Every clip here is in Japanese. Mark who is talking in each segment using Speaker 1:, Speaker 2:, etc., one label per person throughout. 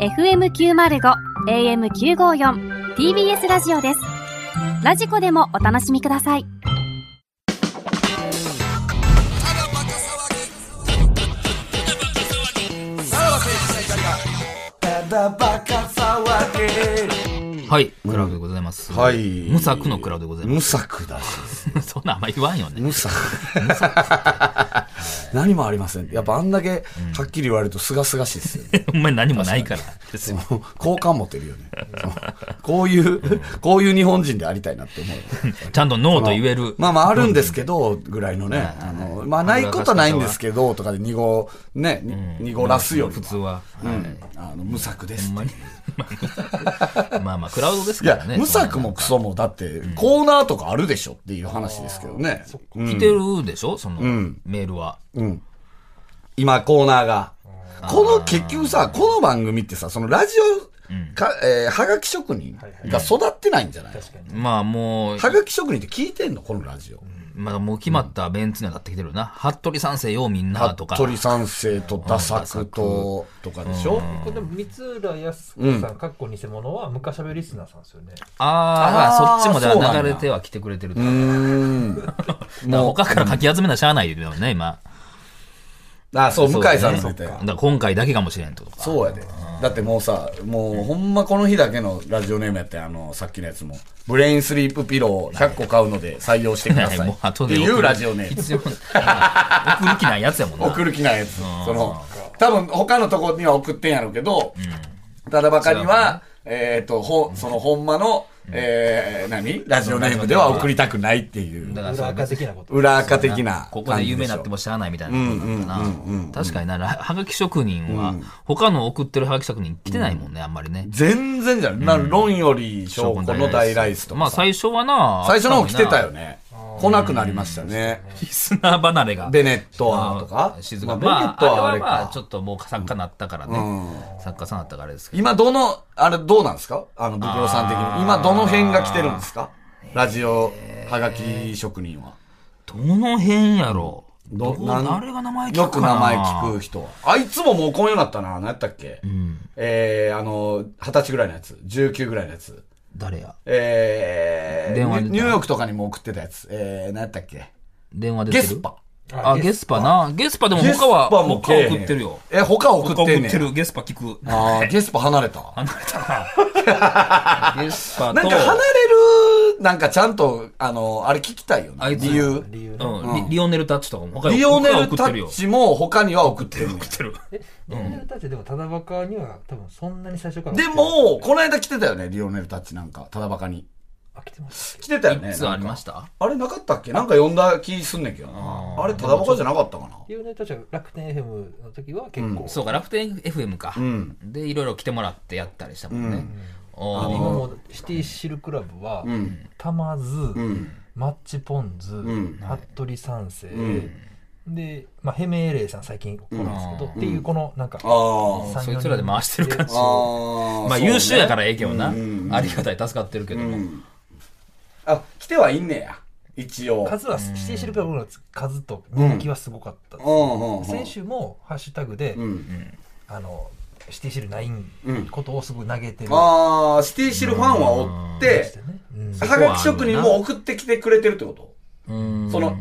Speaker 1: FM905 AM954 TBS ラジオですラジコでもお楽しみください
Speaker 2: はい、クラウドでございます。
Speaker 3: はい
Speaker 2: 無策のクラウドでございま
Speaker 3: 無策だし。
Speaker 2: す。そんなあんま言わんよね。
Speaker 3: 無策。何もありません。やっぱあんだけはっきり言われるとすがすがしいですよね。
Speaker 2: お前何もないから。です
Speaker 3: そ
Speaker 2: よ
Speaker 3: の好感持てるよね。そのこういう、こういう日本人でありたいなって思う。
Speaker 2: ちゃんとノーと言える。
Speaker 3: まあまああるんですけど、ぐらいのね。あの、まあないことはないんですけど、とかで濁、ね、に濁らすより
Speaker 2: 普
Speaker 3: は
Speaker 2: 通は。
Speaker 3: うん。あの、無策で
Speaker 2: ほ
Speaker 3: す
Speaker 2: ん。まに。まあまあ、クラウドです
Speaker 3: い
Speaker 2: から
Speaker 3: や
Speaker 2: ね。、
Speaker 3: 無策もクソも、だって、コーナーとかあるでしょっていう話ですけどね。うん
Speaker 2: 来てるでしょその
Speaker 3: ん
Speaker 2: メールは。
Speaker 3: うん。今、コーナーが。この、結局さ、この番組ってさ、そのラジオ、か、えーはがき職人が育ってないんじゃない
Speaker 2: まあもう、
Speaker 3: はがき職人って聞いてんのこのラジオ。
Speaker 2: まあもう決まったベンツにはなってきてるな。服部三世よ、みんなとか。
Speaker 3: 鳥三世とダサ作と、とかでしょ
Speaker 4: これでも三浦康子さん、かっこ偽物は昔しゃべリスナーさんですよね。
Speaker 2: ああ、
Speaker 3: あー
Speaker 2: そっちもだ
Speaker 3: そう
Speaker 2: か
Speaker 3: な
Speaker 2: ら
Speaker 3: んだ
Speaker 2: 流れては来てくれてると。
Speaker 3: うー ん。
Speaker 2: だから
Speaker 3: も
Speaker 2: 他からかき集めなしゃあないよね、今。
Speaker 3: う、あ、そう、向井さん
Speaker 2: そ
Speaker 3: の
Speaker 2: う
Speaker 3: っ
Speaker 2: だ
Speaker 3: て
Speaker 2: ね。だから今回だけかもしれんとか。
Speaker 3: そうやで。だってもうさ、もうほんまこの日だけのラジオネームやって、あの、さっきのやつも。ブレインスリープピロー100個買うので採用してください。
Speaker 2: もう後
Speaker 3: っ
Speaker 2: で
Speaker 3: てい
Speaker 2: 送
Speaker 3: う
Speaker 2: る
Speaker 3: ラジオネーム。
Speaker 2: 必要な送る気ないやつやもんな。
Speaker 3: 送る気ないやつ。その、多分他のとこには送ってんやろうけど、ただばかりは、えっ、と、ほ、そのほんまの、えー、何ラジオネームでは送りたくないっていう
Speaker 2: だ、から
Speaker 4: 裏
Speaker 2: さ、
Speaker 4: 垢的なこと。
Speaker 3: 裏垢的な
Speaker 2: ここで有名になって
Speaker 3: も
Speaker 2: もしゃあないみたいなことだったな。確かにな、らはがき職人は、他の送ってるはがき職人来てないもんね、あんまりね。
Speaker 3: 全然じゃない。な論より証拠の大ライスと
Speaker 2: まあ
Speaker 3: かさ。
Speaker 2: 最初はな、
Speaker 3: 最初の方来てたよ
Speaker 2: ね。
Speaker 3: ね。来なくなりましたね。
Speaker 2: リスナー離れが。
Speaker 3: ベネットはとか。
Speaker 2: 静
Speaker 3: まあ、
Speaker 2: か。
Speaker 3: ベネ
Speaker 2: ま
Speaker 3: ッ
Speaker 2: あ、
Speaker 3: トは
Speaker 2: あ
Speaker 3: あ
Speaker 2: れ
Speaker 3: れ
Speaker 2: はまあ、
Speaker 3: か
Speaker 2: ち。ょっともう作家になったからね。作家さんだったからあれですけど。
Speaker 3: 今どの、あれどうなんですかあの、ブクロさん的に。今どの辺が来てるんですかラジオ、はがき職人は。
Speaker 2: どの辺やろ
Speaker 3: ど
Speaker 2: ど
Speaker 3: なん
Speaker 2: 誰が名前聞くかな
Speaker 3: よく名前聞く人は。あいつももうこんようになったな。何やったっけ、えー、あの、二十歳ぐらいのやつ。19ぐらいのやつ。
Speaker 2: 誰や
Speaker 3: えー、
Speaker 2: 電話に出
Speaker 3: ニュニ
Speaker 2: た
Speaker 3: ューヨークとかにも送ってたやつ。えー、何やったっけ
Speaker 2: 電話出て
Speaker 3: ゲ
Speaker 2: る
Speaker 3: スパ。
Speaker 2: あ、ゲスパな。ゲスパでも
Speaker 3: ゲス
Speaker 2: 他は、
Speaker 3: パも
Speaker 2: 他は送ってるよ。
Speaker 3: え、他は送
Speaker 2: 他
Speaker 3: っ
Speaker 2: 送
Speaker 3: てんね
Speaker 2: っ
Speaker 3: ん
Speaker 2: てる。ゲスパ聞く。
Speaker 3: あーゲスパ離れた。
Speaker 2: 離れ たな。ゲスパと、
Speaker 3: なんか離れる、なんかちゃんと、あの、あれ聞きたいよ
Speaker 2: あ
Speaker 3: ね。
Speaker 2: いつ
Speaker 3: 理由。
Speaker 4: 理由ね。
Speaker 2: うん、リリオネルタッチとかも他
Speaker 3: リオネル
Speaker 2: 送
Speaker 3: タ
Speaker 2: ってる
Speaker 3: ッ
Speaker 2: よ。
Speaker 3: チも他には送ってる。
Speaker 2: 送ってる。
Speaker 4: え、リオネルタッチでも、ただバカには多分そんなに最初から。
Speaker 3: で、も、この間来てたよね、リオネルタッチなんか、ただバカに。
Speaker 4: 飽きてます。
Speaker 3: 来てたよ
Speaker 2: い
Speaker 3: ね。
Speaker 2: つありました
Speaker 3: あれなかったっけなんか呼んだ気すんねんけど
Speaker 2: あ
Speaker 3: な。
Speaker 2: ー
Speaker 3: あれ、ただバカじゃなかったかな。
Speaker 4: リオネルタッチは楽天 FM の時は結構。
Speaker 2: そうか、楽天 FM か。
Speaker 3: ん
Speaker 2: で、いろいろ来てもらってやったりしたもんね。おー
Speaker 4: 今もうシティシルクラブは、たまず、マッチポンズ、
Speaker 3: ん
Speaker 4: 服部三世、で、まあ、ヘメエレイさん最近来るんですけど、っていうこのなんか、
Speaker 3: あ
Speaker 4: 三
Speaker 2: そいつらで回してる感じ
Speaker 4: 四人で
Speaker 3: あ。
Speaker 2: まあ優秀やかららええけどな。ありがたい、助かってるけども。
Speaker 3: あ、来てはいんねや。一応。
Speaker 4: 数は、シティシルクラブの数と人気はすごかったです、
Speaker 3: うんうんうん
Speaker 4: 先週もハッシュタグで、
Speaker 3: うん。
Speaker 4: あのシティシルない
Speaker 3: ん
Speaker 4: ことをすごい投げてる、
Speaker 3: ああ、シティシルファンはおっ
Speaker 4: で
Speaker 3: て
Speaker 4: した、ねうん
Speaker 3: はがき職人も送ってきてくれてるってこと
Speaker 2: うん
Speaker 3: その、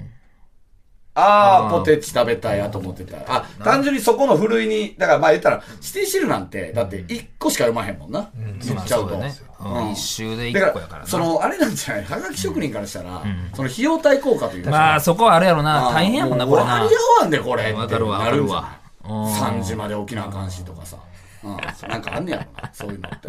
Speaker 3: ああ、
Speaker 2: あー
Speaker 3: ポテチ食べたいやと思ってた。あ、単純にそこのふるいに、だからまあ言ったら、シティシルなんて、だって1個しか読まへんもんな。言っちゃう
Speaker 2: まあそうだ
Speaker 3: と。
Speaker 2: ね。
Speaker 3: う
Speaker 2: うんん一周で一
Speaker 3: だ
Speaker 2: 個や
Speaker 3: か
Speaker 2: から
Speaker 3: ら、
Speaker 2: な。
Speaker 3: その、あれなんじゃないはがき職人からしたら、その費用対効果というかさ。
Speaker 2: まあそこはあれやろ
Speaker 3: あ
Speaker 2: な。
Speaker 3: ー
Speaker 2: 大変やもんな、
Speaker 3: もう
Speaker 2: これな
Speaker 3: 割り。合わんで、これ。って
Speaker 2: わかるわ、わ
Speaker 3: な
Speaker 2: か
Speaker 3: ん
Speaker 2: る
Speaker 3: じゃ
Speaker 2: わ。うん
Speaker 3: ない3時まで沖縄監視とかさ。うん。なんかあんねやろな、そういうのって。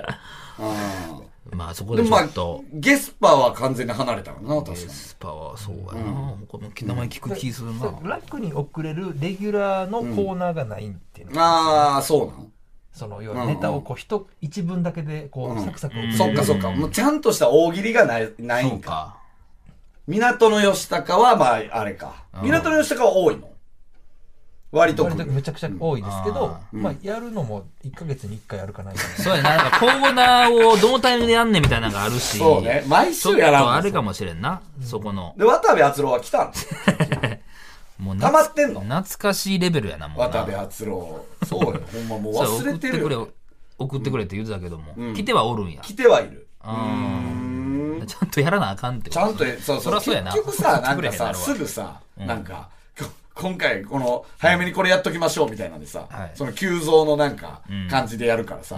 Speaker 3: うん。
Speaker 2: まあそこ
Speaker 3: でも
Speaker 2: でち
Speaker 3: ま
Speaker 2: ょ
Speaker 3: あ
Speaker 2: っと、、
Speaker 3: ゲスパーは完全に離れたのな、確かに。
Speaker 2: スパはそうやな。この名前聞く気するな。
Speaker 4: 楽に送れるレギュラーのコーナーがないっていうのが、
Speaker 3: ああ、そうなの
Speaker 4: その要はネタをこう一一文だけでこうサクサク送れる
Speaker 3: そっかそっか。もうちゃんとした大喜利がない、ない
Speaker 2: そうん
Speaker 3: か。
Speaker 2: か。
Speaker 3: 港の吉高は、まあ、あれか。港の吉高は多いの。割と
Speaker 4: 割と。めちゃくちゃ多いですけど、まあやるのも1か月に1回やるかないか
Speaker 2: そうやな。なんかコーナーをどのタイミングでやんねんみたいなのがあるし。
Speaker 3: そうね。毎
Speaker 2: ちょっ
Speaker 3: 週やらん
Speaker 2: と
Speaker 3: もん
Speaker 2: あれかもしれんな。そこの。
Speaker 3: で、渡部篤郎は来たの
Speaker 2: もう
Speaker 3: 溜
Speaker 2: な
Speaker 3: まってんの
Speaker 2: 懐かしいレベルやな、もうな。
Speaker 3: 渡部篤郎。そうよ。ほんまもう
Speaker 2: そう
Speaker 3: 忘れてる
Speaker 2: 送ってくれ
Speaker 3: よ。
Speaker 2: よ。送ってくれって言ってたけども、来てはおるんや。
Speaker 3: 来てはいる。
Speaker 2: うんちゃんとやらなあかんって
Speaker 3: ちゃんと、そう
Speaker 2: そ
Speaker 3: そう。
Speaker 2: らそうやな
Speaker 3: 結局さ、
Speaker 2: 送っ
Speaker 3: な
Speaker 2: て
Speaker 3: ん
Speaker 2: くれへ
Speaker 3: か
Speaker 2: ん
Speaker 3: さ、
Speaker 2: なるわ
Speaker 3: すぐさ、なんか、こ今回、この、早めにこれやっときましょうみたいなんでさ
Speaker 2: はい、
Speaker 3: その急増のなんか、感じでやるからさ、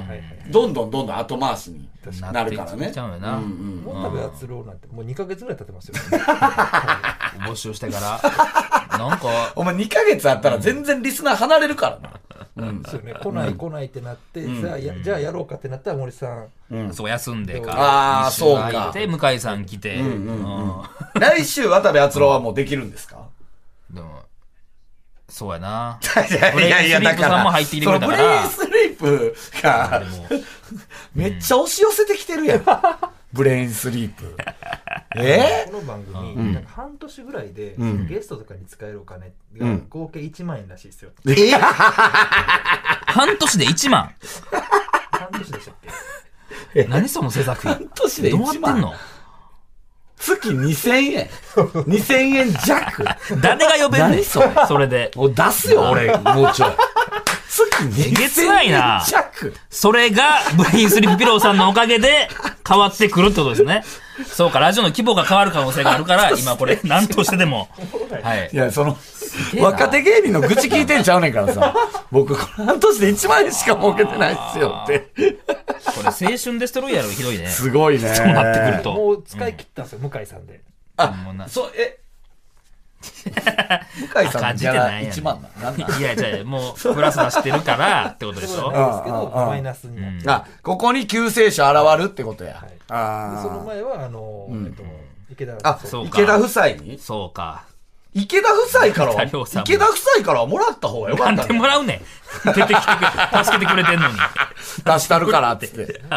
Speaker 3: どんどんどんどん後回しになるから
Speaker 2: なってい
Speaker 3: ね
Speaker 2: っち。ゃうよな。
Speaker 4: モンタブやつろうなんてもう2ヶ月ぐらい経ってますよ。
Speaker 2: 募集して から。なんか、
Speaker 3: お前2ヶ月あったら全然リスナー離れるから な。
Speaker 4: そうよね来ない来ないってなって、じゃあやじゃあやろうかってなったら森さん、
Speaker 2: そう休んでか。
Speaker 3: あー
Speaker 2: 一週間
Speaker 3: そうか
Speaker 2: 空いて、向井さん来て。うん
Speaker 3: 来週、渡部篤郎はもうできるんですか
Speaker 2: でも、そうやな。
Speaker 3: いやいやいや、だか
Speaker 2: ブレインスリープさんも
Speaker 3: ら、
Speaker 2: 入ってきてくれたか
Speaker 3: そのブレインスリープが、めっちゃ押し寄せてきてるやん。ブレインスリー プ。え
Speaker 4: この番組、なんか半年ぐらいで、ゲストとかに使えるお金が合計1万円らしいですよ。
Speaker 3: え
Speaker 2: 半年で1万。
Speaker 4: 半年でし たっけ
Speaker 2: 何その制作費。
Speaker 3: 年で
Speaker 2: どうなって
Speaker 3: 1
Speaker 2: ん
Speaker 3: 万。
Speaker 2: の
Speaker 3: 月2000円。2000円弱。
Speaker 2: 誰が呼べんねん、
Speaker 3: 何
Speaker 2: それそれで。
Speaker 3: もう出すよ、俺、もうちょい。月2000円弱。
Speaker 2: それが、ブレインスリープピローさんのおかげで、変わってくるってことですね。そうか、ラジオの規模が変わる可能性がある から、今これ、何としてでも。はい
Speaker 3: い。や、その、
Speaker 2: げえな
Speaker 3: 若手芸人の愚痴聞いてんちゃうねんからさ。 僕、この半年で1万円しか儲けてないっすよって。
Speaker 2: これ、青春デストロイヤルひどいね。
Speaker 3: すごいね。そう
Speaker 2: なってくると。
Speaker 4: もう使い切ったんですよ、向井さんで。
Speaker 2: もうな
Speaker 3: そう、 え向井さんのギャラ
Speaker 2: 赤字
Speaker 3: 1
Speaker 2: じゃない
Speaker 3: 万な。なんなん
Speaker 2: いやいやいや、もう、プラス出してるから、ってことでし
Speaker 4: そう
Speaker 2: ょ。
Speaker 4: なんですけど、
Speaker 3: ああああ
Speaker 4: マイナスになって。
Speaker 3: あ、ここに救世主現るってことや。
Speaker 4: はいでその
Speaker 3: あ
Speaker 4: 前は、あの、えっと、池田
Speaker 3: あ。あ
Speaker 2: そう、か
Speaker 3: 池田夫妻に
Speaker 2: そうか。
Speaker 3: 池田夫妻からは、
Speaker 2: 池田亮さんも
Speaker 3: 池田夫妻からはもらった方がよか
Speaker 2: な
Speaker 3: っ
Speaker 2: ん
Speaker 3: たん
Speaker 2: で
Speaker 3: だ
Speaker 2: もらうねん。出てきてくれ、助けてくれてんのに。
Speaker 3: 出したるからって言って。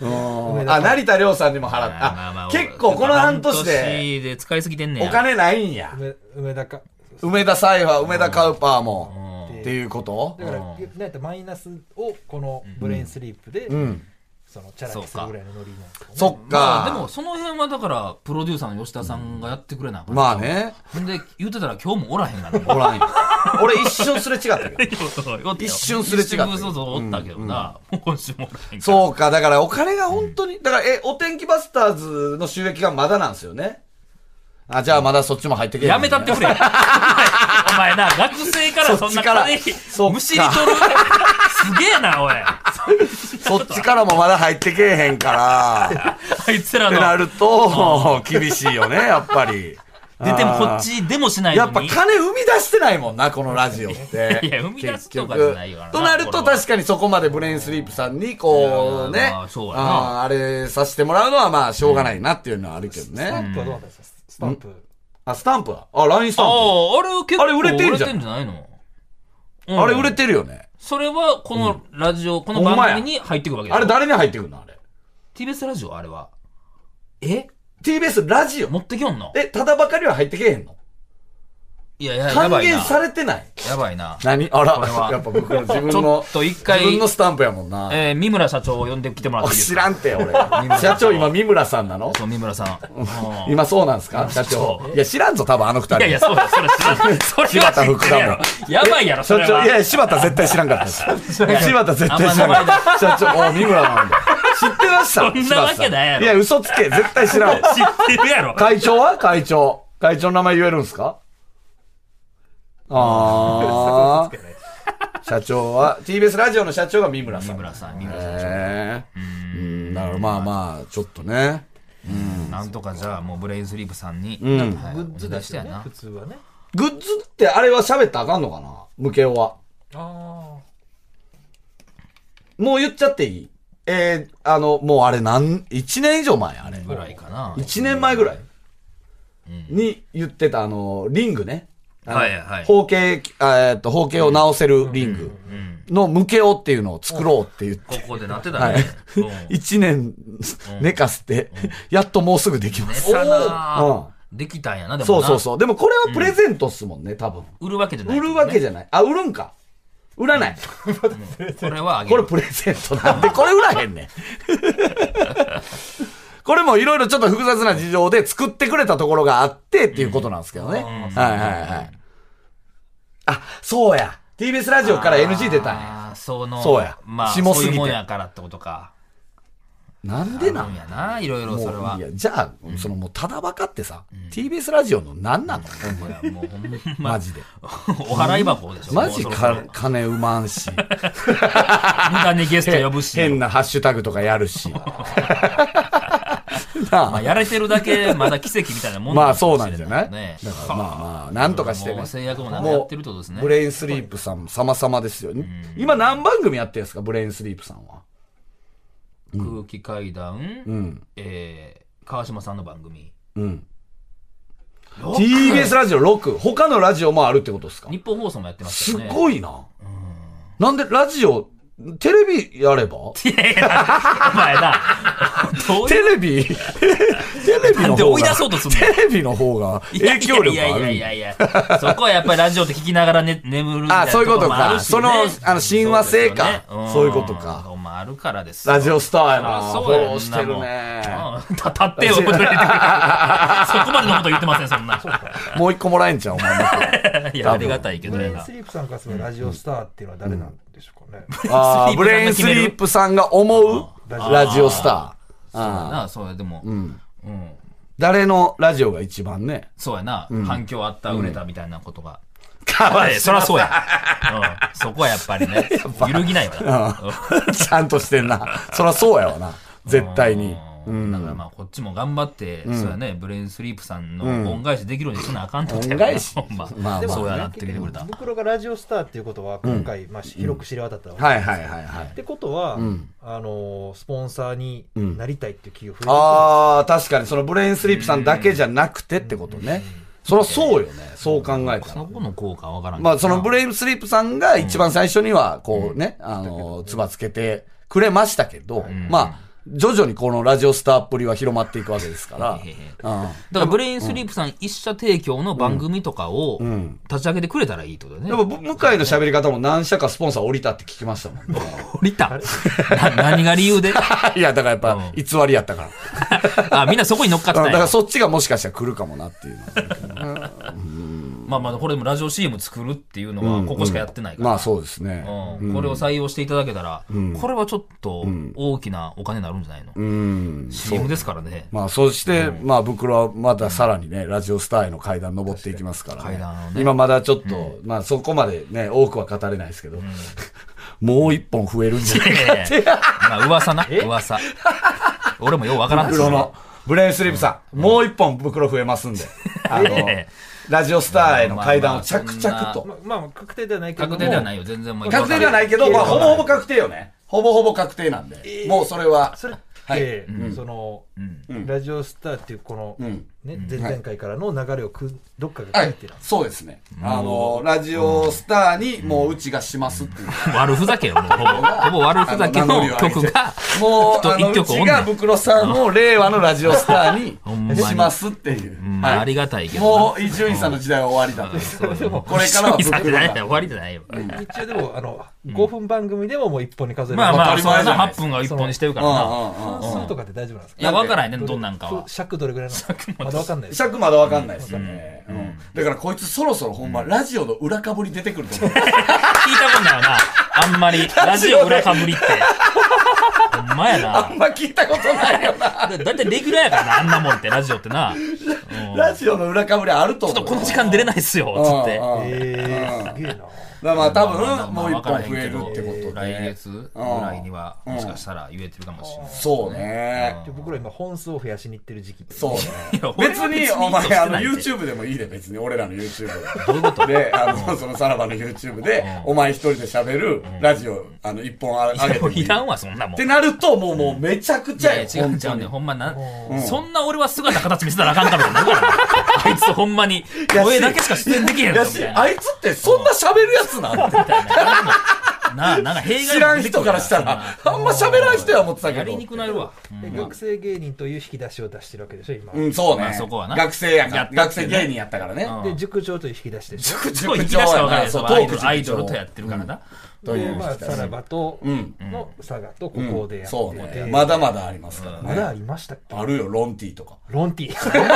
Speaker 3: うんあ、成田亮さんにも払っ
Speaker 2: まあまあま
Speaker 3: た。
Speaker 2: あ
Speaker 3: あ結構この半年で、
Speaker 2: 半年で使いすぎてんね
Speaker 3: お
Speaker 2: や。
Speaker 3: 金ないんや。
Speaker 4: 梅梅田か。
Speaker 3: 梅田サイファー、梅田カウパーも。
Speaker 4: うん
Speaker 3: っていうこと
Speaker 4: だから、なんやったらマイナスをこのブレインスリープで、そのチャラにするぐらいのノリなんですよね。
Speaker 3: そっ
Speaker 2: まあ、でも
Speaker 3: か。
Speaker 2: その辺はだから、プロデューサーの吉田さんがやってくれなあかん。
Speaker 3: まあね。
Speaker 2: ほんで、言うてたら今日もおらへんが な。
Speaker 3: おらんよ。俺一瞬すれ違ったけど。
Speaker 2: 一
Speaker 3: 一瞬すれ違った
Speaker 2: 一瞬そうそうおったけどな。もう今週もおらへんから
Speaker 3: そうか、だからお金が本当に、だから、え、お天気バスターズの収益がまだなんですよね。あ、じゃあまだそっちも入ってけえへん
Speaker 2: やめたって くれ。お前お前な、学生からそん
Speaker 3: そっち
Speaker 2: な金、
Speaker 3: から
Speaker 2: むしり取る。すげえな、おい。
Speaker 3: そっちからもまだ入ってけえへんから、
Speaker 2: あいつら
Speaker 3: ってな
Speaker 2: の。
Speaker 3: ると、厳しいよね、やっぱり。
Speaker 2: 出てもこっちでもしないの
Speaker 3: や
Speaker 2: に。
Speaker 3: っぱ金生み出してないもんな、このラジオって。
Speaker 2: いや生み出すとかじゃないよな
Speaker 3: 結局となる
Speaker 2: ことれは
Speaker 3: 確かにそこまでブレインスリープさんに、こう
Speaker 2: いや
Speaker 3: ね、
Speaker 2: まあそうやな
Speaker 3: あーあれさせてもらうのはまあしょうがないなっていうのはあるけど
Speaker 4: スタ
Speaker 3: ね。
Speaker 4: ンプはどうだったんですかスタンプ。
Speaker 3: あ、スタンプはあ、LINE スタン
Speaker 2: ああ、あれ結構
Speaker 3: あれ売れてんじゃん
Speaker 2: 売れてんじゃないの
Speaker 3: プ。あれ売
Speaker 2: れ
Speaker 3: れてるよね。
Speaker 2: それは、このラジオ、この
Speaker 3: ほんまや
Speaker 2: 番組に入ってくるわけ
Speaker 3: あれ
Speaker 2: だ。
Speaker 3: 誰に入ってくるのあれ。
Speaker 2: TBS ラジオあれは。え
Speaker 3: TBS ラジオ
Speaker 2: 持ってきよんの
Speaker 3: え、ただばかりは入ってけえへんの
Speaker 2: いや、いや、や
Speaker 3: 還
Speaker 2: ばい
Speaker 3: 元
Speaker 2: な。
Speaker 3: されてない
Speaker 2: やばいな。
Speaker 3: 何あら
Speaker 2: これは、
Speaker 3: やっぱ僕の自分
Speaker 2: ちょ
Speaker 3: の
Speaker 2: っ、と一回
Speaker 3: 自分のスタンプやもんな。
Speaker 2: えー、三村社長を呼んできてもらっ
Speaker 3: あ
Speaker 2: ていいで
Speaker 3: 知
Speaker 2: すから
Speaker 3: んて、俺
Speaker 2: 村。
Speaker 3: 社長今、三村さんなの
Speaker 2: そう、三村さん。 うん
Speaker 3: 今そうなんですか社長。いや、知らんぞ、多分あの二人。
Speaker 2: いやいや、そうだ、それ知らん、それは知
Speaker 3: 柴田
Speaker 2: ってるやろ。やばいやろ、そ
Speaker 3: 社
Speaker 2: れ
Speaker 3: 長、
Speaker 2: は。
Speaker 3: いやいや、柴田絶対知らんかったです。
Speaker 2: や
Speaker 3: 柴田絶対知らんかった。社長、お三村なんだ。知ってました
Speaker 2: そんなわけない
Speaker 3: 柴田さ
Speaker 2: やろ
Speaker 3: んいや、嘘つけ、絶対知らん。
Speaker 2: 知ってるやろ。
Speaker 3: 会長は会長。会長の名前言えるんですかあー。社長は、TBS ラジオの社長が三村さ
Speaker 2: 三
Speaker 3: ん。
Speaker 2: 村さん、三村さ
Speaker 3: へーうん。だからまあまあ、ちょっとね。
Speaker 2: ん。なんとかじゃあ、もうブレインスリープさんに、
Speaker 3: ん
Speaker 2: はい
Speaker 4: グ
Speaker 2: お
Speaker 4: ッズ
Speaker 2: 願
Speaker 4: だ
Speaker 2: いし
Speaker 4: してよ
Speaker 2: や
Speaker 4: ね、
Speaker 2: な
Speaker 4: 普。通はね。
Speaker 3: グッズってあれは喋ったらあかんのかなムケオは。
Speaker 4: あ
Speaker 3: もう言っちゃっていいえー、あの、もうあれなん、1年以上前あれ。
Speaker 2: ぐらいかな。
Speaker 3: 1年前ぐらいに言ってたあの、リングね。あの
Speaker 2: はいはい
Speaker 3: 方形、あえーっと、方形を直せるリングのムケオっていうのを作ろうって言って。
Speaker 2: ここでなってた
Speaker 3: はい
Speaker 2: ね。うん。
Speaker 3: 1年寝かせて、 やっともうすぐできま
Speaker 2: 寝
Speaker 3: す。
Speaker 2: たな
Speaker 3: うん
Speaker 2: ぁできたんやな、でも
Speaker 3: そう
Speaker 2: な
Speaker 3: そうそう。でもこれはプレゼントっすもんね、多分。
Speaker 2: 売るわけじゃない。
Speaker 3: 売るわけじゃない。あ、売るんか。売らない。
Speaker 2: これはあげ
Speaker 3: これ
Speaker 2: る。
Speaker 3: プレゼントなんで、これ売らへんねん。これもいろいろちょっと複雑な事情で作ってくれたところがあってっていうことなんですけどね。はいはいはい。あ、そうや。TBS ラジオから NG 出たんや。
Speaker 2: あーその、
Speaker 3: そうや
Speaker 2: まあ、そ
Speaker 3: 下
Speaker 2: う
Speaker 3: すぎ
Speaker 2: い
Speaker 3: て
Speaker 2: うもんやからってことか。
Speaker 3: なんでな
Speaker 2: うんんやな、いろいろそれ
Speaker 3: も
Speaker 2: は。
Speaker 3: うい
Speaker 2: い
Speaker 3: やじゃあ、そのもうただバカってさ、TBS ラジオの何なのほんまに
Speaker 2: や、もうほんま、
Speaker 3: マジで。
Speaker 2: お払い箱でしょ。
Speaker 3: マジ
Speaker 2: もうそろそ
Speaker 3: か
Speaker 2: ろ
Speaker 3: 金うまん し、
Speaker 2: 無駄にゲスト呼ぶし。
Speaker 3: 変なハッシュタグとかやる し。なあ
Speaker 2: まあ、やれてるだけ、まだ奇跡みたいなもん
Speaker 3: まあ
Speaker 2: か
Speaker 3: そ
Speaker 2: も
Speaker 3: う
Speaker 2: し
Speaker 3: な
Speaker 2: れ
Speaker 3: んじゃない
Speaker 2: ね
Speaker 3: だからまあまあ、なんとかして
Speaker 2: も
Speaker 3: ね
Speaker 2: う。制約もなくやってるってことですね。
Speaker 3: ブレインスリープさん、様々ですよ。今何番組やってるんですか、ブレインスリープさんは。
Speaker 2: 空気階段、
Speaker 3: うん。
Speaker 2: えー、川島さんの番組。
Speaker 3: うん。TBS ラジオ6。他のラジオもあるってことですか
Speaker 2: 日本放送もやってます
Speaker 3: す
Speaker 2: よね。
Speaker 3: ごいな。なんでラジオ、テレビやれば
Speaker 2: お前 な。どう
Speaker 3: テ
Speaker 2: いう
Speaker 3: レ ビ、テレビ
Speaker 2: なん
Speaker 3: の
Speaker 2: で
Speaker 3: 方
Speaker 2: 追い出そうと
Speaker 3: が、
Speaker 2: すんの
Speaker 3: テレビの方が影響力あ
Speaker 2: いや
Speaker 3: る
Speaker 2: い。やいやいや、そこはやっぱりラジオって聞きながら、ね、眠るみたい
Speaker 3: あ
Speaker 2: な
Speaker 3: そういうこと
Speaker 2: ころもあるし、ね。
Speaker 3: かそのあの親和性か
Speaker 2: そうですよねん
Speaker 3: そういうことか
Speaker 2: そうもあるからですよ。
Speaker 3: ラジオスターやな。
Speaker 2: そ
Speaker 3: フ
Speaker 2: う
Speaker 3: ォ
Speaker 2: そうやん
Speaker 3: ローしてるね。
Speaker 2: うんた立ってよ、そこまで のこと言ってません、そんな。
Speaker 3: もう一個もらえんちゃうお 前の。
Speaker 2: いや、ありがたいけど
Speaker 4: ブレイン
Speaker 2: な
Speaker 4: ス。リープさんからするラジオスターっていうのは誰なんでしょうかね。
Speaker 3: あーブレインスリープさんが思う
Speaker 4: あー
Speaker 3: ラジオスター。あー
Speaker 2: なあ、そうや、でも、うん。
Speaker 3: 誰のラジオが一番ね。
Speaker 2: そうやな、反響あった、売れたみたいなことが。
Speaker 3: か
Speaker 2: はいそりゃそうや。うん。そこはやっぱ りね、揺るぎないわな。
Speaker 3: ちゃんとしてん な。そりゃそうやわな。絶対に。
Speaker 2: うんだからまあこっちも頑張って、そうやねブレインスリープさんの恩返しできるようにしなあかんと
Speaker 3: 恩返し
Speaker 2: ほんま
Speaker 3: まあまあ
Speaker 2: そうやなってきてくれた
Speaker 4: 袋がラジオスターっていうことは今回、まあ、広く知れ渡ったわけ
Speaker 3: はいはいはいは
Speaker 4: っ
Speaker 3: い。
Speaker 4: てことは、あのースポンサーになりたいっていう企業増えてくる
Speaker 3: ああ、確かにそのブレインスリープさんだけじゃなくてってことね。そりゃそうよね。そう考えたら
Speaker 2: そ。この効果はわからんけど
Speaker 3: まあそのブレインスリープさんが一番最初にはこうね、あの、つばつけてくれましたけど、まあ、徐々にこのラジオスターっぷりは広まっていくわけです か
Speaker 2: へへ
Speaker 3: ら。うん
Speaker 2: だからブレインスリープさん一社提供の番組とかを立ち上げてくれたらいいってことだ
Speaker 3: で
Speaker 2: よ
Speaker 3: も、
Speaker 2: ね。
Speaker 3: ぶ向井の喋り方も何社かスポンサー降りたって聞きましたもんね。
Speaker 2: 降りた。な何が理由で
Speaker 3: いや、だからやっぱ、偽りやったから。
Speaker 2: あ、みんなそこに乗っかって
Speaker 3: うんだ
Speaker 2: たん
Speaker 3: か
Speaker 2: や
Speaker 3: らそっちがもしかしたら来るかもなっていうのは。
Speaker 2: まあまあ、これでもラジオ CM 作るっていうのは、ここしかやってないから。
Speaker 3: まあそうですね。
Speaker 2: うんこれを採用していただけたら、これはちょっと大きなお金になるんじゃないの、
Speaker 3: うん。
Speaker 2: ?CM ですからね。
Speaker 3: まあ、そして、まあ、袋はまださらにね、ラジオスターへの階段登っていきますからね。
Speaker 2: 階段をね
Speaker 3: 今まだちょっと、まあ、そこまでね、多くは語れないですけど、 もう一本増えるんじゃない か
Speaker 2: え えまあ噂な、噂。俺もよう わからんです
Speaker 3: 袋の。ブレインスリープさん、もう一本袋増えますんで。あの
Speaker 2: ええ、
Speaker 3: ラジオスターへの階段を着々と。
Speaker 4: まあまあ確定ではないけども
Speaker 2: 確定ではないよ、全然もう。
Speaker 3: 確定ではないけど、まあ、ほぼほぼ確定よね。ほぼほぼ確定なんで。もうそれは。
Speaker 4: それって、
Speaker 3: はい
Speaker 4: その、
Speaker 3: ん
Speaker 4: ラジオスターっていうこの、
Speaker 3: ん
Speaker 4: ね、前々回からの流れをくどっかが
Speaker 3: は
Speaker 4: 書い
Speaker 3: い
Speaker 4: てるん、です
Speaker 3: そうですね。あの、ラジオスターにもううちがしますっていう。
Speaker 2: 悪ふ ざけよ、もうほぼ。ほぼ悪ふざけの曲が、
Speaker 3: もう、
Speaker 2: と
Speaker 3: あの、
Speaker 2: 一
Speaker 3: う
Speaker 2: 曲お
Speaker 3: ち
Speaker 2: んね
Speaker 3: が
Speaker 2: ん。
Speaker 3: 袋さんを令和のラジオスタ
Speaker 2: ほんま
Speaker 3: ー
Speaker 2: に
Speaker 3: にしますっていう。
Speaker 2: まあ、あ
Speaker 3: はい
Speaker 2: りがたいけどな。
Speaker 3: もう、伊集院さんの時代は終わりだと。
Speaker 2: そうでも
Speaker 3: これからは
Speaker 2: 一緒にされてないよ
Speaker 3: 袋
Speaker 2: 終
Speaker 3: が
Speaker 2: わりじゃないよ。
Speaker 4: 一応でもあの、5分番組でももう1本に数える
Speaker 2: まあま
Speaker 3: 当た
Speaker 2: あ、
Speaker 3: り
Speaker 2: それ
Speaker 3: 前じゃない
Speaker 2: 8分が1本にしてるからな。
Speaker 3: うんうんうん。
Speaker 4: 半数とかって大丈夫なんですか
Speaker 2: いや、わからんよね、どんなんかは。
Speaker 4: 尺どれぐらいなのまだわかんないです
Speaker 3: 尺まだわかんないですよね。うんだからこいつそろそろほんま、ラジオの裏かぶり出てくると思う。
Speaker 2: 聞いたことないよな。あんま り、ラジオ裏かぶりって。ほんまや
Speaker 3: あん
Speaker 2: な。
Speaker 3: ま聞いたことないよな。
Speaker 2: だだいたいレギュラーやからな、あんなもんって、ラジオってな。うん
Speaker 3: ラジオの裏かぶりあると思う。
Speaker 2: ちょっとこの時間出れないっすよ、つって。
Speaker 3: うんうん
Speaker 4: えー、すげえな
Speaker 3: だからまあ多分、
Speaker 2: ま
Speaker 3: も
Speaker 2: あ
Speaker 3: う一
Speaker 2: わから
Speaker 3: 本
Speaker 2: へん
Speaker 3: 増え
Speaker 2: け
Speaker 3: る
Speaker 2: ど
Speaker 3: ってことで。
Speaker 2: 来月ぐらいには、もしかしたら言えてるかもしれない。
Speaker 3: そうね。
Speaker 4: で僕ら今本数を増やしに行ってる時期
Speaker 3: そうね
Speaker 2: や。俺
Speaker 3: 別
Speaker 2: は別に
Speaker 3: に、お前、あの、
Speaker 2: 意図して
Speaker 3: YouTube でもいいで、別に、俺らの YouTube
Speaker 2: どういうこと
Speaker 3: で。で、あの、そのさらばの YouTube で、お前一人で喋るラジオ、あの、一本ああげてもいい。
Speaker 2: いらん
Speaker 3: っ
Speaker 2: わ、そんなもん。
Speaker 3: てなると、もう、もう、めちゃくちゃよ。
Speaker 2: いや違う
Speaker 3: 本
Speaker 2: 違
Speaker 3: 当
Speaker 2: う
Speaker 3: に
Speaker 2: ね。ほんまな、そんな俺は姿形見せたらあかんからな。あいつほんまに、声だけしか出演できへん
Speaker 3: や
Speaker 2: ぞみ
Speaker 3: した
Speaker 2: いな。
Speaker 3: あいつってそんな喋るやつなんて。
Speaker 2: なあ、なんか弊害
Speaker 3: 知らん人からしたら、あんま喋らん人や思ってた
Speaker 2: や
Speaker 3: け
Speaker 2: り
Speaker 3: ど
Speaker 2: に。くなるわ。ほんま
Speaker 4: で学生芸人という引き出しを出してるわけでしょ今、
Speaker 3: うん、そう
Speaker 2: まあ
Speaker 3: ね。
Speaker 2: そこはな
Speaker 3: 学生やから
Speaker 2: やっ、たっ
Speaker 3: 学
Speaker 2: てい
Speaker 3: 生
Speaker 2: うね
Speaker 3: 芸人やったからね。
Speaker 2: うん
Speaker 4: で塾長という引き出しでしょ
Speaker 3: 塾
Speaker 2: そう、行き出
Speaker 3: 長
Speaker 2: した
Speaker 3: や
Speaker 2: わかんない
Speaker 3: な、
Speaker 2: そ
Speaker 3: そうう、
Speaker 2: アイド
Speaker 3: 塾
Speaker 2: ル
Speaker 3: 長
Speaker 2: アイドルとやってるからな。
Speaker 3: という
Speaker 4: でまあ、さらばと
Speaker 3: うん
Speaker 4: の佐賀とこ
Speaker 3: うん
Speaker 4: こでやってて、
Speaker 3: そうね。まだまだありますから
Speaker 4: まだあ
Speaker 3: ね。
Speaker 4: りましたっけ
Speaker 3: あるよ、ロンティーとか。
Speaker 4: ロンテ ィ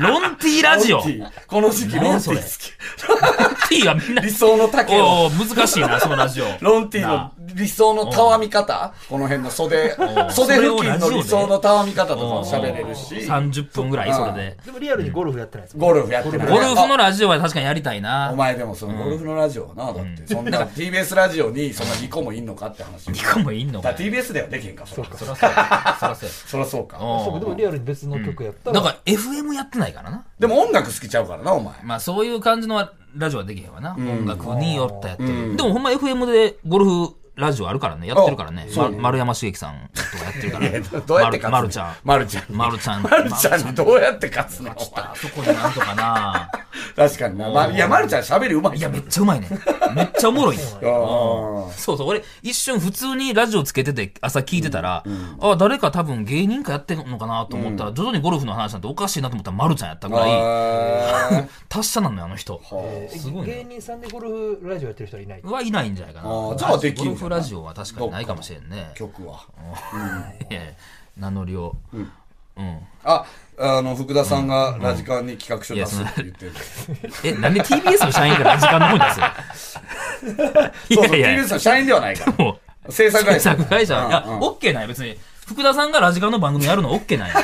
Speaker 2: ロンティラジオ。
Speaker 3: ロン
Speaker 2: ロ
Speaker 3: ティーこの時期ロンティー好
Speaker 2: ンティはみんな
Speaker 3: き。理、想の丈を。
Speaker 2: おお難しいな、そのラジオ。
Speaker 3: ロンティーの
Speaker 2: な
Speaker 3: 理想のたわみ方この辺の袖、
Speaker 2: ん
Speaker 3: 袖付近の
Speaker 2: それをラジオで
Speaker 3: 理想のたわみ方とかも
Speaker 2: うん
Speaker 3: 喋れるし、
Speaker 2: 30分ぐらい、それで。
Speaker 4: でもリアルにゴルフやってないです
Speaker 3: ゴルフやってる
Speaker 2: ゴルフのラジオは確かにやりたい
Speaker 3: あお
Speaker 2: な。
Speaker 3: 前でもそのゴルフのラジオはな、だって、そんな TBS ラジオにそんな2個もいんのかって 話。
Speaker 2: 2個もいんの
Speaker 3: だ
Speaker 2: か
Speaker 3: から TBS ではできへんか、そら
Speaker 2: そらそうや。そらそうや
Speaker 3: そらそうか。
Speaker 2: おー
Speaker 4: そうかでもリアルに別の曲やった
Speaker 2: だ
Speaker 4: ら、
Speaker 2: から FM やってないからな。
Speaker 3: でも音楽好きちゃうからな、お前。
Speaker 2: まあそういう感じのラジオはできへんわな。音楽によったやって
Speaker 3: う
Speaker 2: る。
Speaker 3: ん
Speaker 2: でもほんま FM でゴルフラジオあるからね。やってるからね
Speaker 3: あ。そう
Speaker 2: ま丸山茂樹さんとかやってる か
Speaker 3: いや
Speaker 2: ら。
Speaker 3: どうやって勝つの
Speaker 2: まるまるちゃん
Speaker 3: まるちゃん。
Speaker 2: 丸ちゃん。
Speaker 3: まるちゃんにどうやって勝つの
Speaker 2: ちょっとあそこでなんとかな。
Speaker 3: 確かにな。まあいや、まるちゃん喋りうまい
Speaker 2: い
Speaker 3: じ
Speaker 2: や、
Speaker 3: ゃん。
Speaker 2: めっちゃうまいね。めっちゃお もろいね。
Speaker 3: あ
Speaker 2: そうそう、俺、一瞬普通にラジオつけてて朝聞いてたら、あ、誰か多分芸人かやってんのかなと思ったら、徐々にゴルフの話なんておかしいなと思ったら、まるちゃんやったぐ
Speaker 3: ー
Speaker 2: らい、
Speaker 3: あ
Speaker 2: 達者なのよ、あの人。
Speaker 3: ー。
Speaker 2: すごい
Speaker 4: 芸
Speaker 2: ね。
Speaker 4: 人さんでゴルフラジオやってる人はいない
Speaker 2: はいないんじゃないか
Speaker 3: あ
Speaker 2: な。
Speaker 3: ーじゃあできんじゃな
Speaker 2: ゴ
Speaker 3: い
Speaker 2: ルフラジオは確かにないかもしれんね。
Speaker 3: 曲は。
Speaker 2: いやいや名乗りを。うん。
Speaker 3: あ、あの、福田さんがラジカンに企画書出すって言ってる。
Speaker 2: え、なんで TBS の社員から時間の方に出
Speaker 3: そう
Speaker 2: す
Speaker 3: そう、
Speaker 2: のいやいや
Speaker 3: TBS の社員ではないから。
Speaker 2: もう。
Speaker 3: 制作会
Speaker 2: 制
Speaker 3: 社。
Speaker 2: 作会社。いや
Speaker 3: うんうん、
Speaker 2: オッケーなんや、別に。福田さんがラジカルの番組やるのオッケ ーなんや。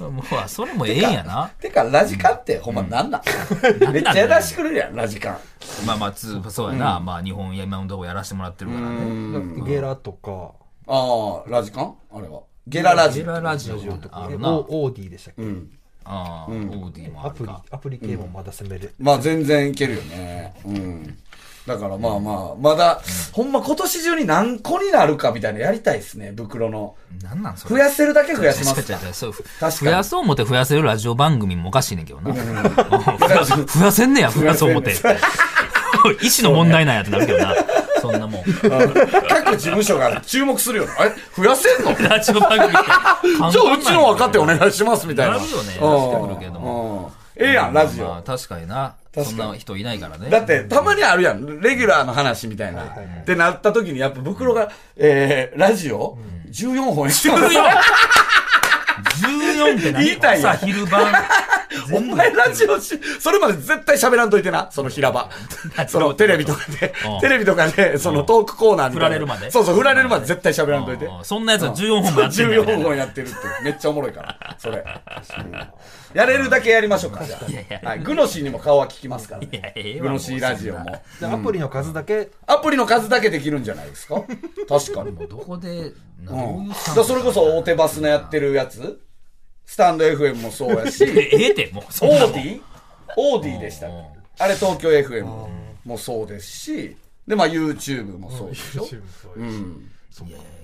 Speaker 2: もうあ、それもええんやな。
Speaker 3: てか、ラジカンってほんまなんなんめっちゃやらしてくれるやん、ラジカン。
Speaker 2: まあまあ、つそうやな。まあ、日本、今のとこやらせてもらってるからね。
Speaker 4: ゲラとか
Speaker 3: ああ、ラジカンあれは。ゲララジ
Speaker 2: ゲ
Speaker 3: オ。
Speaker 2: ララジオ
Speaker 4: ジオ
Speaker 2: と
Speaker 4: と
Speaker 2: か
Speaker 4: か
Speaker 2: あ
Speaker 4: え
Speaker 2: るな。
Speaker 4: オオーディでしたっけ、
Speaker 3: うん。
Speaker 2: ああ、オーディもあ
Speaker 4: ア
Speaker 2: る
Speaker 4: プリ
Speaker 2: か。
Speaker 4: アプリ系もまだ攻める、
Speaker 3: まあ全然いけるよね。うん。だからまあまあ、まだ、ほんま今年中に何個になるかみたいなやりたいですね、袋の。
Speaker 2: なんなんそれ。
Speaker 3: 増やせるだけ増やします
Speaker 2: 違う
Speaker 3: か
Speaker 2: 違う違うそう
Speaker 3: かに
Speaker 2: 増やそう思って増やせるラジオ番組もおかしいねんけどな。 増や増やせんねや、増やそう思って。 意思の問題なんやってなるけどな。そんな もん。
Speaker 3: 各事務所が注目するよな。え、増やせんのじゃ
Speaker 2: ラジオ番組って
Speaker 3: あ、
Speaker 2: 簡単なんや。
Speaker 3: うちの若手お願いしますみたいな。
Speaker 2: なるよね
Speaker 3: うん
Speaker 2: 出してくるけども
Speaker 3: うんええやん、ラジ
Speaker 2: まあ
Speaker 3: オ。
Speaker 2: 確かにな。
Speaker 3: かに
Speaker 2: そんな人いないからね。
Speaker 3: だって、たまにあるやん。レギュラーの話みたいな。
Speaker 4: はいはい
Speaker 3: ってなった時に、やっぱ袋が、えー、ラジオ、14本やって ます
Speaker 2: 14って何
Speaker 3: 言いたいよ
Speaker 2: 朝昼晩。
Speaker 3: お前ラジオし、それまで絶対喋らんといてな、その平場。そのテレビとかで
Speaker 2: うん、
Speaker 3: テレビとかで、そのトークコーナーみたいな。
Speaker 2: 振られるまで
Speaker 3: そうそう、振られるまで絶対喋らんといて。
Speaker 2: うんそんなやつは14本もやってんだよ
Speaker 3: 14本やってるって。めっちゃおもろいから、それ。やれるだけやりましょうか、じゃあ。はい。グノシーにも顔は聞きますから
Speaker 2: いやええ
Speaker 3: ね。
Speaker 2: わ
Speaker 3: グノシーラジオも。
Speaker 4: でアプリの数だけ
Speaker 3: アプリの数だけできるんじゃないですか確かに。
Speaker 2: もうどこで、な
Speaker 3: う
Speaker 2: どうい
Speaker 3: ん。
Speaker 2: う
Speaker 3: だ
Speaker 2: スタ
Speaker 3: か
Speaker 2: ンス
Speaker 3: らそれこそ大手バスのやってるやつスタンド FM もそうやし。
Speaker 2: ええって、もう。そん
Speaker 3: オ
Speaker 2: なも
Speaker 3: ー
Speaker 2: ん
Speaker 3: ディオーディでしたっけ
Speaker 2: うん
Speaker 3: あれ東京 FM もそうですし、で、まあ YouTube もそうでしょ。うん。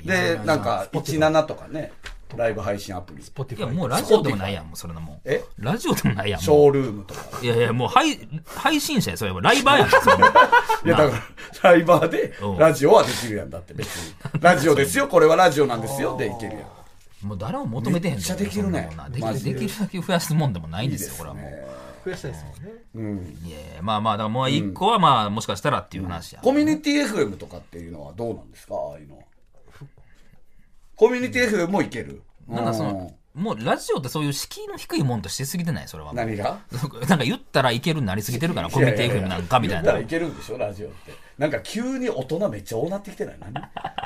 Speaker 3: で、なんか17とかね、ライブ配信アプリ。
Speaker 2: いや、もうラジオでもないやん、もうそれなもん。
Speaker 3: え
Speaker 2: ラジオでもないやん。
Speaker 3: シ
Speaker 2: も
Speaker 3: ョールームとか。
Speaker 2: ういやいや、もう配、配信者や、それは。ライバーやん、それ
Speaker 3: いや、だから、ライバーで
Speaker 2: うん
Speaker 3: ラジオはできるやんだって別に。ラジオですよ、これはラジオなんですよ、でいけるやん。
Speaker 2: もう誰も求めてへん
Speaker 3: めっちゃできるね
Speaker 2: そんなもんなでき
Speaker 3: マジで
Speaker 2: るできるだけ増やすもんでもないん
Speaker 3: いいで
Speaker 2: で
Speaker 3: す
Speaker 2: よ、
Speaker 3: す
Speaker 2: これはもう。
Speaker 3: ね。
Speaker 4: 増やしたいですもんね、
Speaker 3: うん。
Speaker 2: いやいやまあまあ、だからもう一個はまあ、もしかしたらっていう話や。
Speaker 3: コミュニティ FM とかっていうのはどうなんですかああいうのは。コミュニティ FM もいける
Speaker 2: なんかそうの、もうラジオってそういう敷居の低いもんとしてすぎてないそれは。
Speaker 3: 何が
Speaker 2: なんか言ったらいけるになりすぎてるから、コミュニティ FM なんかみたい
Speaker 3: だか
Speaker 2: な
Speaker 3: らい。けるんでしょラジオって。なんか急に大人めっちゃ多なってきてない何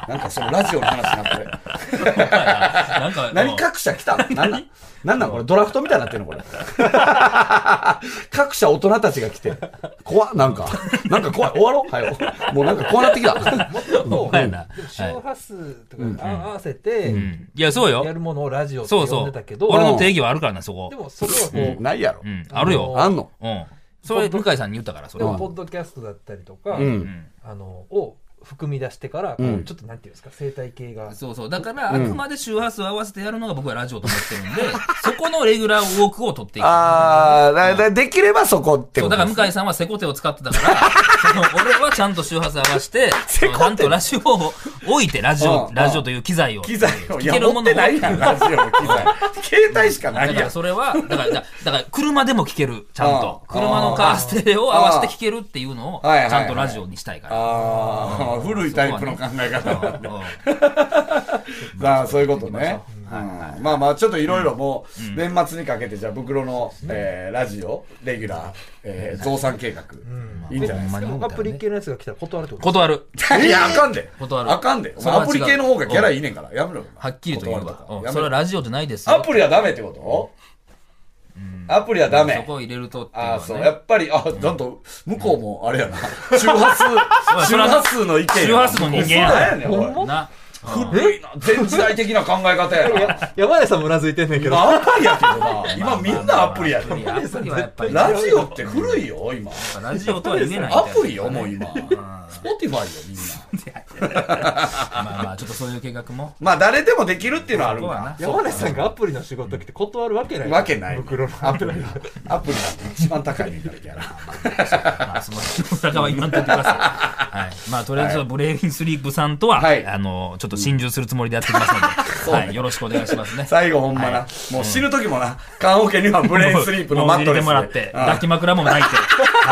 Speaker 3: なんかそのラジオの話なこれ。
Speaker 2: なんか、
Speaker 3: 何各社来たの何なんなんなんこれドラフトみたいになってん のこれ。各社大人たちが来て。怖っなんか。なんか怖い。終わろうはよ。もうなんか怖なってきた。
Speaker 2: ほんまやな。
Speaker 4: でも
Speaker 2: はい
Speaker 4: 周波数とかに合わせて、
Speaker 2: うんいや、そう
Speaker 4: や
Speaker 2: よ。
Speaker 4: るものをラジオって
Speaker 2: そう
Speaker 4: 呼ん
Speaker 2: そ
Speaker 4: で
Speaker 2: う
Speaker 4: たけ。ど、
Speaker 2: 俺の定義はあるからな、そこ
Speaker 4: で。もそれはこう、
Speaker 3: もうないやろ
Speaker 2: う。ん、あるよ。
Speaker 3: あんの
Speaker 2: うん。それ、向井さんに言ったから、そ
Speaker 4: で
Speaker 2: れ
Speaker 4: も
Speaker 2: は。
Speaker 4: ポッドキャストだったりとか、
Speaker 3: うん。
Speaker 4: あのを含み出してからこう、ちょっとなんていうんですか生態系が
Speaker 2: そうそう。だから、あくまで周波数を合わせてやるのが僕はラジオと思ってるんで、そこのレギュラーウォークを取っていく。
Speaker 3: あー、だだできればそこって
Speaker 2: そう、
Speaker 3: こ
Speaker 2: だ
Speaker 3: と
Speaker 2: か
Speaker 3: です。
Speaker 2: ら向井さんはセコテを使ってたから、俺はちゃんと周波数合わせて、ちゃんとラジオを置いて、ラジ
Speaker 3: うんう
Speaker 2: オ、
Speaker 3: ん
Speaker 2: ラジオという機材を。
Speaker 3: 機材を。い
Speaker 2: 聞
Speaker 3: や、
Speaker 2: ける
Speaker 3: 持
Speaker 2: も
Speaker 3: っ
Speaker 2: の
Speaker 3: て
Speaker 2: を
Speaker 3: ないやん、ラジオの機 材。携帯しかな
Speaker 2: だ
Speaker 3: い
Speaker 2: か
Speaker 3: や
Speaker 2: ら
Speaker 3: ん。
Speaker 2: そ れは、だから、だだから車でも聞ける、ちゃんと。
Speaker 3: ああ
Speaker 2: 車のカーステレを合わせて聞けるっていうのを、ち
Speaker 3: ああはいはいはい
Speaker 2: ゃんとラジオにしたいから。
Speaker 3: ああ、古いタイプの考え方なんで。さあ、そういうことね。うんまあまあ、ちょっといろいろもう、年末にかけて、じゃあ、袋の、えーラジオ、レギュラー、えー増産計画、いいんじゃないですか。
Speaker 4: アプリ系のやつが来たら断るってこと
Speaker 2: 断る。
Speaker 3: いや、あかんで。
Speaker 2: 断る
Speaker 3: あかんで。お
Speaker 2: それ
Speaker 3: 前
Speaker 2: は違う
Speaker 3: アプリ系の方がキャラいいねんから。やめろ。
Speaker 2: はっきりと言うわ。
Speaker 3: 断
Speaker 2: う
Speaker 3: る
Speaker 2: ん
Speaker 3: とかや
Speaker 2: それは
Speaker 3: めろ
Speaker 2: ラジオじゃないですよ。
Speaker 3: アプリはダメってことアプリはダ
Speaker 2: そ
Speaker 3: メ。
Speaker 2: こを入れるとっていうのは
Speaker 3: あ
Speaker 2: ね。
Speaker 3: あ、そう。やっぱり、あ、なんと、向こうも、あれやな。周波数、
Speaker 2: そ
Speaker 3: 周
Speaker 2: ら
Speaker 3: 波数の意見やな。
Speaker 2: 周波数の人間や
Speaker 3: そうやねん、おい
Speaker 2: な。
Speaker 3: 古いな。全時代的な考え方やな。
Speaker 4: 山根さんもうなずいてんねんけど
Speaker 3: 今アプリやけどな。今みんなアプリや
Speaker 2: アプリ
Speaker 3: で。
Speaker 2: アプリはやっぱり。
Speaker 3: ラジオって古いよ、今。
Speaker 2: ラジオとは言えない。
Speaker 3: アプリよ、もう今。スポティファイよ、みんな。
Speaker 2: まあまあ、ちょっとそういう計画も。
Speaker 3: まあ、誰でもできるっていうのはあるん
Speaker 2: そうや
Speaker 3: だ
Speaker 2: な。
Speaker 4: 山根さんがアプリの仕事来て断るわけない
Speaker 3: わけない。
Speaker 4: 袋の
Speaker 3: アプリは。アプリなんて一番高いねんから、ギャラ。
Speaker 2: まあ、その、大阪は今んといてください。はい。まあ、とりあえず、ブレイビンスリープさんとは、
Speaker 3: はい
Speaker 2: あの、ちょっと心中するつもりでやってきますので、
Speaker 3: そうね
Speaker 2: はい。よろしくお願いしますね。
Speaker 3: 最後ほんまな。もう死ぬ時もな、棺桶にはブレインスリープのマット
Speaker 2: もう
Speaker 3: レ
Speaker 2: 入れて
Speaker 3: ス
Speaker 2: もらっ
Speaker 3: で
Speaker 2: て、
Speaker 3: うん
Speaker 2: 抱き枕も抱いて、はい、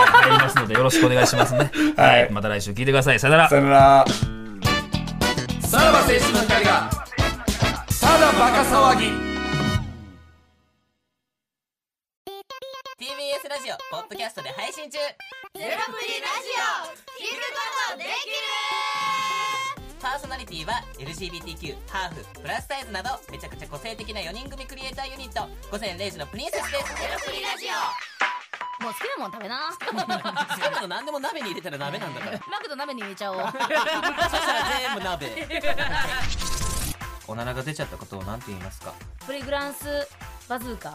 Speaker 2: 入りますので、よろしくお願いしますね。
Speaker 3: は
Speaker 2: はいい。また来週聞いてください。さよなら
Speaker 3: さ。よなら。
Speaker 2: さらば青春の光が、
Speaker 3: ただバカ騒ぎ。
Speaker 5: TBS ラジオポッドキャストで配信中
Speaker 6: ゼロプリラジオ聞くことできる
Speaker 5: パーソナリティは LGBTQ ハーフプラスサイズなどめちゃくちゃ個性的な4人組クリエイターユニット午前0時のプリンセスです
Speaker 6: ゼロプリラジオもう好きなもん食べな
Speaker 5: 好きなの何でも鍋に入れたら鍋なんだから
Speaker 6: マクド鍋に入れ ちゃおう
Speaker 5: そしたら全部鍋おならが出ちゃったことを何て言いますか
Speaker 6: プリグランスバズーカ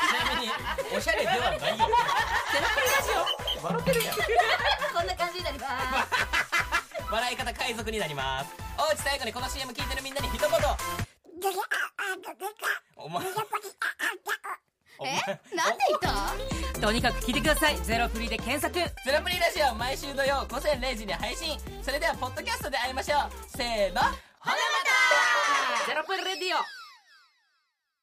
Speaker 5: ちなみにおしゃれではないよゼロプリラジオ笑ってるやん
Speaker 6: こんな感じになります
Speaker 5: 笑い方海賊になりますおうち最後にこの CM 聞いてるみんなに一言お前お前
Speaker 6: えなんで言った
Speaker 7: とにかく聞いてくださいゼロフリーで検索
Speaker 5: ゼロプリラジオ毎週土曜午前0時に配信それではポッドキャストで会いましょうせーのほなまた
Speaker 7: ゼロプリレディオ